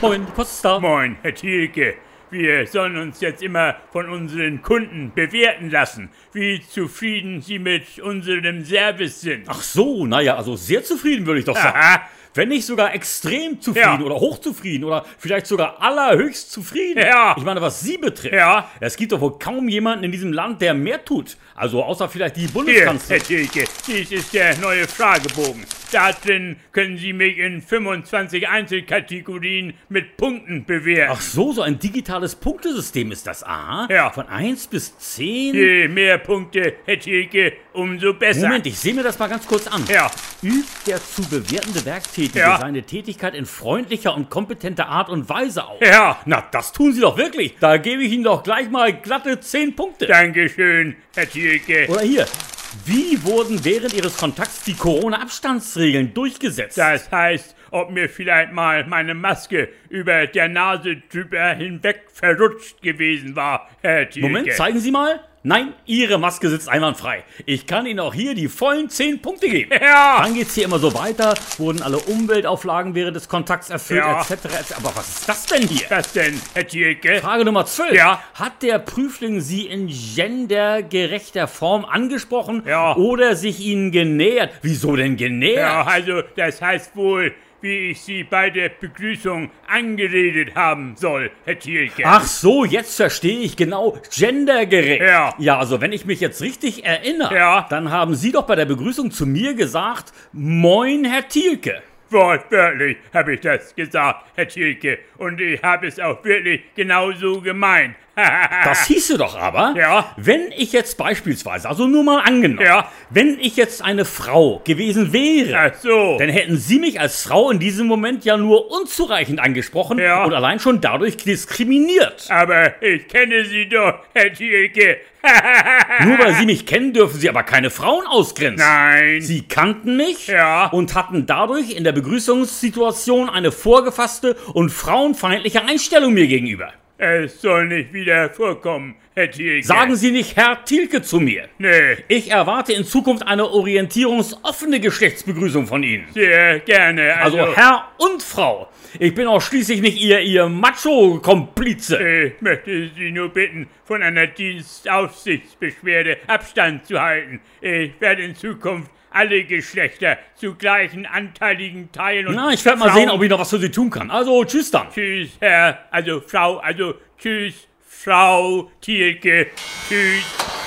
Moin, die Post ist da. Moin, Herr Thielke. Wir sollen uns jetzt immer von unseren Kunden bewerten lassen, wie zufrieden sie mit unserem Service sind. Ach so, naja, also sehr zufrieden würde ich doch sagen. Aha. Wenn nicht sogar extrem zufrieden Ja. oder hochzufrieden oder vielleicht sogar allerhöchst zufrieden. Ja. Ich meine, was Sie betrifft. Ja. Es gibt doch wohl kaum jemanden in diesem Land, der mehr tut. Also außer vielleicht die Hier, Bundeskanzlerin. Herr Thielke, dies ist der neue Fragebogen. Darin können Sie mich in 25 Einzelkategorien mit Punkten bewerten. Ach so, so ein digitales Punktesystem ist das. Aha. Ja. Von 1 bis 10. Je mehr Punkte, Herr Thielke, umso besser. Moment, ich sehe mir das mal ganz kurz an. Ja, Übt der zu bewertende Werktätige Ja. seine Tätigkeit in freundlicher und kompetenter Art und Weise aus? ja. Na, das tun Sie doch wirklich. Da gebe ich Ihnen doch gleich mal glatte 10 Punkte. Dankeschön, Herr Thielke. Oder hier. Wie wurden während Ihres Kontakts die Corona-Abstandsregeln durchgesetzt? Das heißt, ob mir vielleicht mal meine Maske über der Nase drüber hinweg verrutscht gewesen war, Herr Thielke. Moment, zeigen Sie mal. Nein, Ihre Maske sitzt einwandfrei. Ich kann Ihnen auch hier die vollen 10 Punkte geben. Ja, Dann geht's hier immer so weiter. Wurden alle Umweltauflagen während des Kontakts erfüllt, Ja. etc. etc. Aber was ist das denn hier? was denn, Herr Thielke? Frage Nummer 12. Ja. Hat der Prüfling Sie in gendergerechter Form angesprochen Ja. oder sich Ihnen genähert? Wieso denn genähert? Ja, also, das heißt wohl, wie ich Sie bei der Begrüßung angeredet haben soll, Herr Thielke. Ach so, jetzt verstehe ich genau. Gendergerecht. Ja. Ja, also wenn ich mich jetzt richtig erinnere, Ja. dann haben Sie doch bei der Begrüßung zu mir gesagt, Moin, Herr Thielke. Wortwörtlich habe ich das gesagt, Herr Thielke. Und ich habe es auch wirklich genauso gemeint. Das hieße doch aber, Ah. Ja. wenn ich jetzt beispielsweise, also nur mal angenommen, Ja. Äh. wenn ich jetzt eine Frau gewesen wäre, Ach so. dann hätten Sie mich als Frau in diesem Moment ja nur unzureichend angesprochen Ja. Ah. und allein schon dadurch diskriminiert. Aber ich kenne Sie doch, Herr Thielke. Nur weil Sie mich kennen, dürfen Sie aber keine Frauen ausgrenzen. Nein. Sie kannten mich Ja. und hatten dadurch in der Begrüßungssituation eine vorgefasste und frauenfeindliche Einstellung mir gegenüber. Es soll nicht wieder vorkommen, Herr Thielke. Sagen Sie nicht Herr Thielke zu mir. Nee, Ich erwarte in Zukunft eine orientierungsoffene Geschlechtsbegrüßung von Ihnen. sehr gerne. Also Also, Herr und Frau. Ich bin auch schließlich nicht Ihr, Ihr Macho-Komplize. äh, ich möchte Sie nur bitten, von einer Dienstaufsichtsbeschwerde Abstand zu halten. Ich werde in Zukunft alle Geschlechter zu gleichen anteiligen Teilen und Na, ich werde mal Frauen- sehen, ob ich noch was für Sie tun kann. Also tschüss dann. Tschüss, Herr, also Frau, also tschüss, Frau Thielke. Tschüss.